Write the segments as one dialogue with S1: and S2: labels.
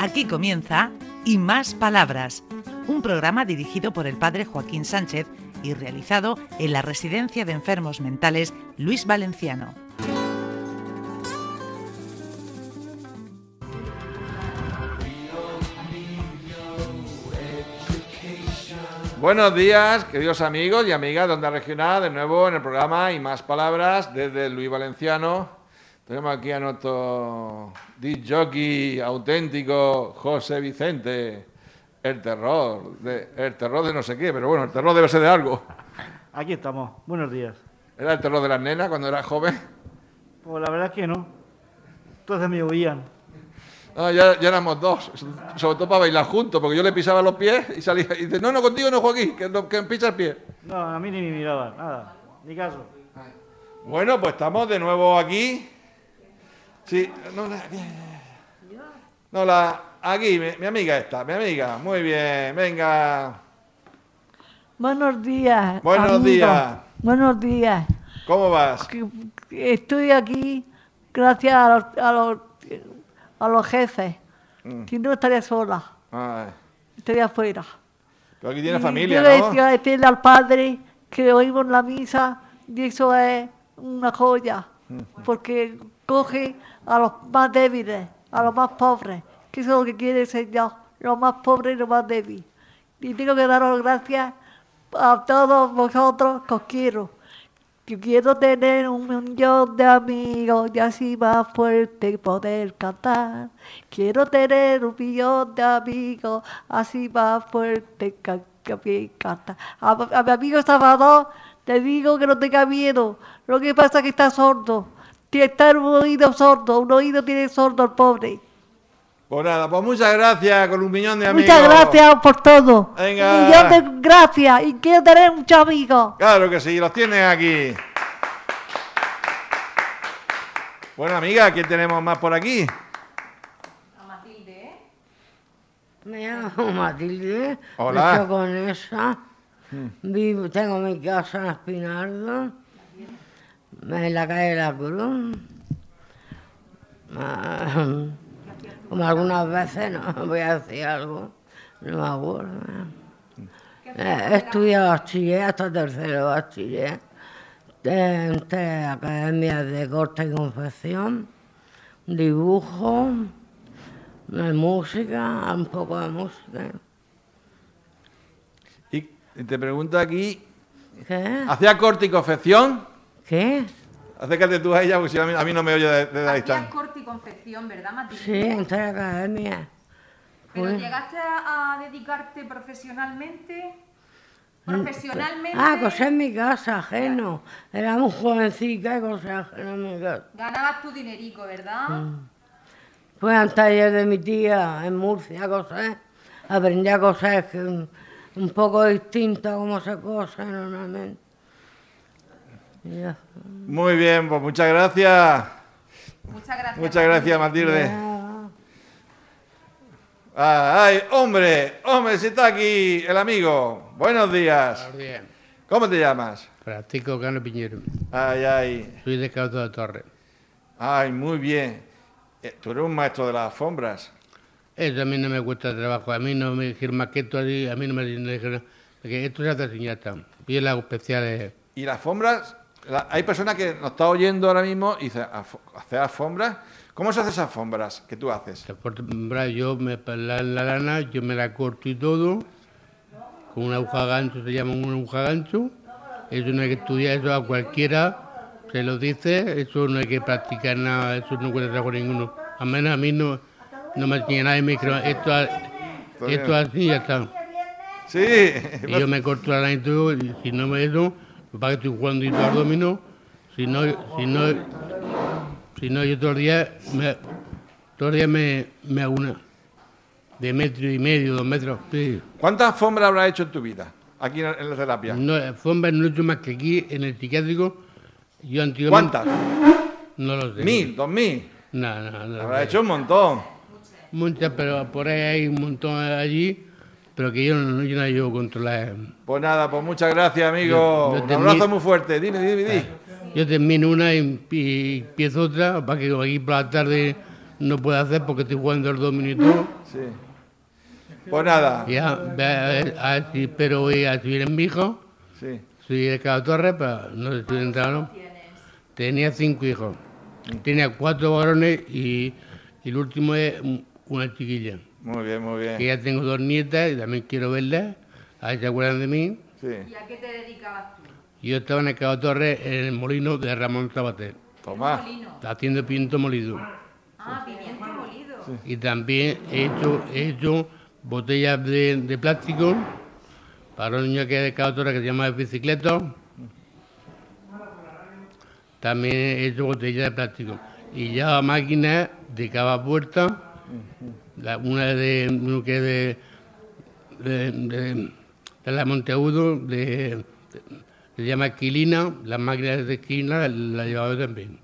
S1: Aquí comienza Y Más Palabras, un programa dirigido por el padre Joaquín Sánchez y realizado en la Residencia de Enfermos Mentales Luis Valenciano.
S2: Buenos días, queridos amigos y amigas de Onda Regional, de nuevo en el programa y más palabras desde Luis Valenciano. Tenemos aquí a nuestro disjockey auténtico José Vicente, el terror, de, el terror de no sé qué, pero bueno, el terror debe ser de algo.
S3: Aquí estamos, buenos días.
S2: ¿Era el terror de las nenas cuando era joven?
S3: Pues la verdad es que no. Entonces me oían.
S2: No, ya, ya éramos dos, sobre todo para bailar juntos, porque yo le pisaba los pies y salía. Y dice, no, no, contigo no, Joaquín, que, no- que me pisa el pie.
S3: No, a mí ni me miraban, nada, ni caso.
S2: Bueno, pues estamos de nuevo aquí. Sí, no, la, no, la- aquí, mi, mi amiga esta, mi amiga. Muy bien, venga.
S4: Buenos días.
S2: Buenos
S4: amigos.
S2: días.
S4: Buenos días.
S2: ¿Cómo vas?
S4: Que- que Estoy aquí gracias a los, a los, a los jefes.
S2: Mm.
S4: Si no, estaría sola,
S2: Ay,
S4: estaría fuera.
S2: pero aquí tienes
S4: Y
S2: familia,
S4: yo le
S2: ¿no?
S4: decía decirle al padre que oímos la misa y eso es una joya, porque coge a los más débiles, a los más pobres, que eso es lo que quiere el Señor, los más pobres y los más débiles. Y tengo que daros gracias a todos vosotros que os quiero. Que quiero tener un millón de amigos y así más fuerte poder cantar. Quiero tener un millón de amigos, así más fuerte ca- que bien cantar. A, a mi amigo Salvador le digo que no tenga miedo. Lo que pasa es que está sordo. Tiene- Está en un oído sordo. Un oído tiene sordo el pobre.
S2: Pues nada, pues muchas gracias con un millón de amigos.
S4: Muchas gracias por todo.
S2: Venga.
S4: Un millón de gracias y quiero tener muchos amigos.
S2: Claro que sí, los tienes aquí. Bueno, amiga, ¿quién tenemos más por aquí?
S5: Me llamo Matilde,
S2: Hola.
S5: nací con esa. Vivo, tengo mi casa en Espinardo, en la calle de la Cruz. Ah, Como algunas veces, no voy a decir algo, no me acuerdo. Eh, He estudiado bachiller hasta tercero de bachiller en tres academias de corte y confección, dibujo, de música, un poco de música.
S2: Y y te pregunto aquí,
S5: ¿Qué?
S2: ¿hacía corte y confección?
S5: ¿Qué?
S2: Acércate tú a ella, porque si no, a mí, a mí no me oye desde la
S6: Hacías
S2: distancia.
S6: corte y confección, ¿verdad, Matilde?
S5: Sí, en tres academias.
S6: Pero
S5: Fui.
S6: llegaste a, a dedicarte profesionalmente. Profesionalmente.
S5: Mm. Ah, cosé en mi casa, ajeno. Era muy jovencita y cosé ajeno en mi casa.
S6: Ganabas tu dinerico, ¿verdad?
S5: Mm. Fue al taller de mi tía en Murcia a coser. Aprendí a coser que un, un poco distinto a cómo se cose normalmente. Y ya está.
S2: Muy bien, pues muchas gracias.
S6: Muchas gracias.
S2: Muchas gracias, Matilde. Ah, ¡Ay, hombre! ¡Hombre, si está aquí el amigo! Buenos días.
S7: Buenos días.
S2: ¿Cómo te llamas?
S7: Francisco Cano Piñero.
S2: Ay, ay.
S7: Soy de Cauto de Torres.
S2: Ay, muy bien. Eh, Tú eres un maestro de las alfombras.
S7: Eso a mí no me cuesta trabajo. A mí no me dijeron más que esto, a mí a mí no me dijeron que esto se hace sin yata. Y las especiales.
S2: Y las alfombras, la- hay personas que nos está oyendo ahora mismo y dicen, "Alfo- ¿hacer alfombras? ¿Cómo se hacen esas alfombras que tú haces?
S7: Se corta- bra, Yo me la, la lana, yo me la corto y todo. Con una aguja gancho, se llama una aguja gancho. Eso no hay que estudiar, eso a cualquiera se lo dice. Eso no hay que practicar nada, eso no cuesta trabajo ninguno. A menos a mí no, no me enseña nadie, me dijeron, esto, a-
S2: bien.
S7: esto así y ya está.
S2: Sí.
S7: Y yo me corto la lana y todo, y si no me eso, para que estoy jugando y todo al dominó, si no, si no, si no yo todos los días me, todos los días me, me hago una de metro y medio, dos metros. sí.
S2: ¿Cuántas alfombras habrás hecho en tu vida? Aquí en en la terapia.
S7: No, alfombras no he hecho más que aquí en el psiquiátrico. Yo antiguamente
S2: ¿Cuántas?
S7: no lo sé.
S2: ¿Mil? ¿Dos mil?
S7: No, no, no.
S2: Habrá hecho un montón.
S7: Muchas, pero por ahí hay un montón allí, pero que yo no, yo no llevo controladas.
S2: Pues nada, pues muchas gracias, amigo.
S7: Yo- yo
S2: un
S7: te
S2: abrazo
S7: mi-
S2: muy fuerte. Dime, dime, dime.
S7: Yo termino una y y empiezo otra, para que aquí por la tarde no puedo hacer porque estoy jugando el dominio y todo.
S2: Sí. Pues nada.
S7: Ya, ve a ver, a ver si espero hoy a si viene mi hijo,
S2: Sí.
S7: si viene cada torre, pero no sé si viene entrado o no. Tenía cinco hijos. Tenía cuatro varones y, y el último es un- una chiquilla.
S2: Muy bien, muy
S7: Que
S2: bien.
S7: ya tengo dos nietas y también quiero verlas, a ver si se acuerdan de mí.
S2: Sí.
S6: ¿Y a qué te dedicabas tú?
S7: Yo estaba en el Cabo Torres, en el molino de Ramón Sabater,
S2: Tomás.
S6: Molino.
S7: haciendo pinto molido.
S6: Ah, pimiento molido.
S7: Y también he hecho, he hecho botellas de, de plástico para un niño que es de Cabo Torres que se llama bicicleta. También he hecho botellas de plástico. Y ya máquinas de cada puerta, la- una de, uno que es de, de, de- de la Monteagudo, de, se llama Quilina, las máquinas de Quilina las llevaba yo también.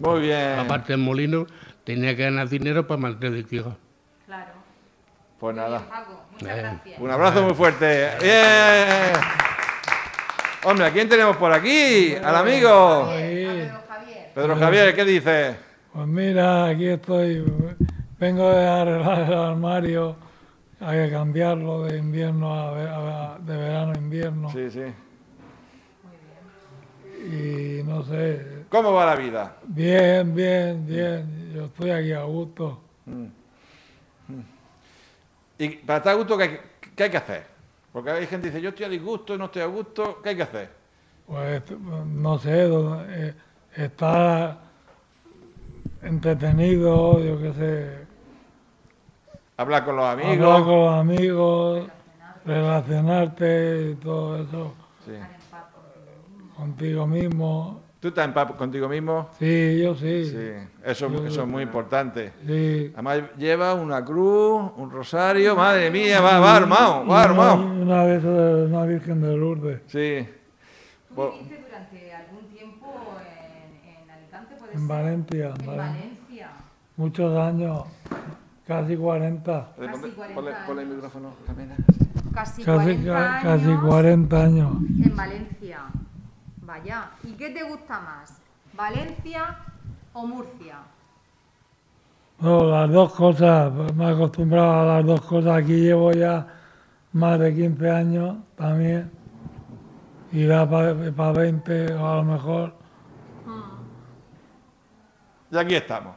S2: Muy bien.
S7: Aparte del molino, tenía que ganar dinero para mantener el hijo.
S6: Claro.
S2: Pues nada.
S6: Paco, muchas
S7: Eh.
S6: gracias.
S2: Un abrazo muy fuerte. Bien. Hombre, ¿a quién tenemos por aquí? Al amigo.
S6: Pero Javier,
S2: Pedro Javier, ¿qué dice?
S8: Pues mira, aquí estoy. Vengo de arreglar el armario. Hay que cambiarlo de invierno a, ve- a- de verano a invierno.
S2: Sí, sí.
S8: Y no sé,
S2: ¿Cómo va la vida?
S8: bien, bien, bien. Yo estoy aquí a gusto.
S2: Y para estar a gusto, ¿qué hay, qué hay que hacer? Porque hay gente que dice, yo estoy a disgusto, no estoy a gusto, ¿qué hay que hacer?
S8: Pues no sé, do- eh, estar entretenido, yo qué sé.
S2: Hablar con los
S8: Hablar
S2: amigos.
S8: con los amigos, relacionarte y todo eso
S2: Sí.
S8: contigo mismo.
S2: ¿Tú estás en paz contigo mismo?
S8: Sí, yo sí.
S2: Sí, eso, eso es muy importante.
S8: Sí.
S2: Además lleva una cruz, un rosario, madre mía, va, va armado, va armado.
S8: Una, una de esas de una Virgen de Lourdes,
S2: Sí,
S6: ¿tú
S2: Bo-
S6: viviste durante algún tiempo en, en Alicante? ¿Puede
S8: en
S6: ser?
S8: Valencia, en
S6: En
S8: Valen-
S6: Valencia.
S8: muchos años, casi 40,
S2: Ponle,
S6: Casi 40
S2: ponle- ponle el
S6: años.
S2: micrófono, Carmena.
S6: Casi,
S8: casi,
S6: 40
S8: ca-
S6: años
S8: casi 40 años.
S6: en Valencia. Vaya. ¿Y qué te gusta más? ¿Valencia o Murcia?
S8: No, las dos cosas, pues, me he acostumbrado a las dos cosas, aquí llevo ya más de 15 años también, y da para 20 o a lo mejor,
S2: Y aquí estamos.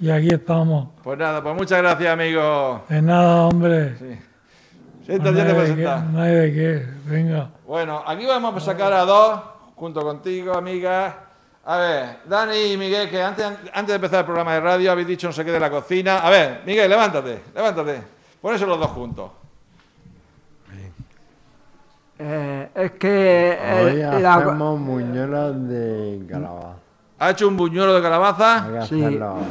S8: y aquí estamos.
S2: Pues nada, pues muchas gracias, amigo.
S8: De nada, hombre.
S2: Sí.
S8: No
S2: Siéntate,
S8: hay
S2: te
S8: de qué,
S2: presentas.
S8: no hay de qué, venga.
S2: Bueno, aquí vamos a sacar a dos, junto contigo, amigas. A ver, Dani y Miguel, que antes, antes de empezar el programa de radio habéis dicho no sé qué de la cocina. A ver, Miguel, levántate, levántate. Ponéis los dos juntos.
S9: Eh, es que eh,
S10: Hoy
S9: la-
S10: hacemos muñeras de calabaza.
S2: ¿Ha hecho un buñuelo de
S10: Hay
S2: calabaza?
S10: que
S9: Sí.
S10: hacerlo ahora.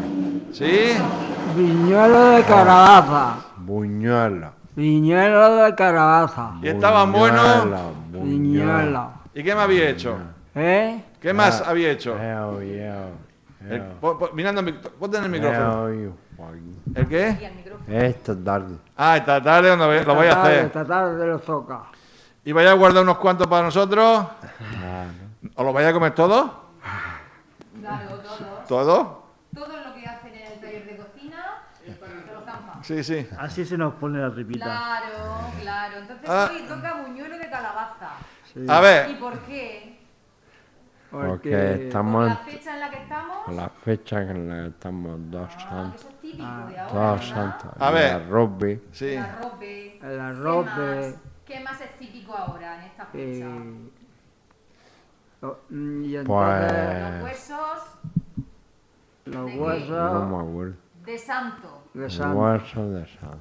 S2: ¿Sí?
S9: viñuelo de calabaza,
S10: Buñuelo.
S9: viñuelo de calabaza,
S2: ¿Y estaban buenos?
S10: Buñuelo, buñuelo.
S9: viñuelo,
S2: ¿Y qué más había hecho?
S9: ¿eh?
S2: ¿Qué más había hecho?
S3: Eh,
S10: Eo, eo,
S2: El-
S10: eo,
S2: pon- pon- mirando, el mic- ponte en el micrófono.
S10: eo, eo, Joaquín.
S2: ¿El
S6: Y
S2: qué?
S6: al micrófono.
S10: Esta tarde.
S2: Ah, esta tarde lo voy- lo voy a
S9: Esta tarde-
S2: hacer.
S9: Esta tarde lo toca.
S2: ¿Y vais a guardar unos cuantos para nosotros?
S10: Ah,
S2: ¿Os los vais a comer todos?
S6: Claro, todo.
S2: ¿Todos?
S6: Todo lo que hacen en el taller de cocina, te lo zampan.
S2: Sí, sí.
S3: Así se nos pone la tripita.
S6: Claro, claro. Entonces
S2: Ah.
S6: hoy toca buñuelo de calabaza.
S2: A
S6: ¿Y
S10: Eh.
S2: ver,
S6: por qué?
S10: Porque
S6: ¿Por
S10: estamos
S6: la fecha en la que estamos?
S10: en la fecha en la que estamos dos
S6: Ah, que
S10: santos.
S6: eso es típico de ahora.
S8: Ah,
S10: Dos
S6: ¿verdad?
S10: santos.
S2: A
S10: Y
S2: ver.
S10: la rugby.
S2: sí.
S6: El arrope.
S9: El arrope.
S6: ¿Qué más, ¿Qué más es típico ahora en esta fecha?
S9: Eh, lo- mm, y entonces
S10: Pues.
S6: Los huesos
S9: los
S10: No
S9: huesos
S10: me acuerdo.
S6: de santo,
S9: de
S10: El
S9: sangre.
S10: hueso de San.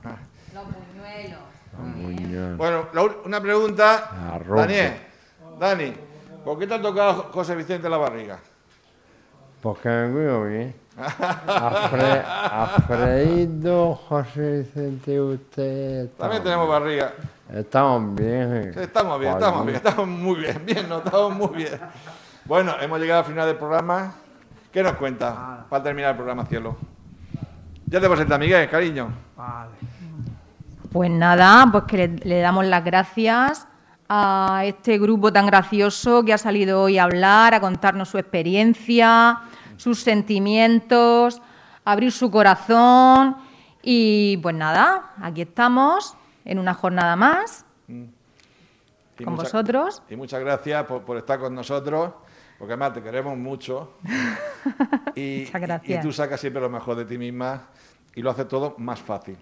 S6: los buñuelos.
S10: Buñuelo.
S2: Bueno, la ul- una pregunta.
S10: Arrope.
S2: Daniel, Dani, ¿por qué te ha tocado Jo- José Vicente la barriga?
S10: Porque me cuido bien. Afre, Afreído, José Vicente, usted. estamos
S2: También
S10: bien.
S2: tenemos barriga.
S10: Estamos bien.
S2: Sí, Estamos bien, estamos bien, estamos muy bien, bien, no, estamos muy bien. Bueno, hemos llegado al final del programa. ¿Qué nos cuenta para terminar el programa, cielo? Ya te presentas, Miguel, cariño.
S6: Pues nada, pues que le, le damos las gracias a este grupo tan gracioso que ha salido hoy a hablar, a contarnos su experiencia, sus sentimientos, abrir su corazón. Y pues nada, aquí estamos en una jornada más
S2: Y
S6: con
S2: mucha-
S6: vosotros.
S2: Y muchas gracias por, por estar con nosotros, porque además te queremos mucho. y,
S6: Muchas
S2: y- y
S6: gracias.
S2: tú sacas siempre lo mejor de ti misma y lo hace todo más fácil.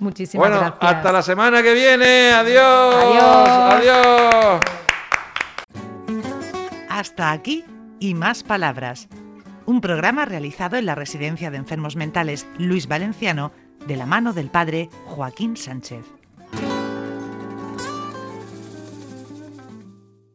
S6: Muchísimas
S2: bueno,
S6: gracias.
S2: hasta la semana que viene. Adiós.
S6: Adiós.
S2: Adiós.
S1: Hasta aquí y más palabras. Un programa realizado en la Residencia de Enfermos Mentales Luis Valenciano de la mano del padre Joaquín Sánchez.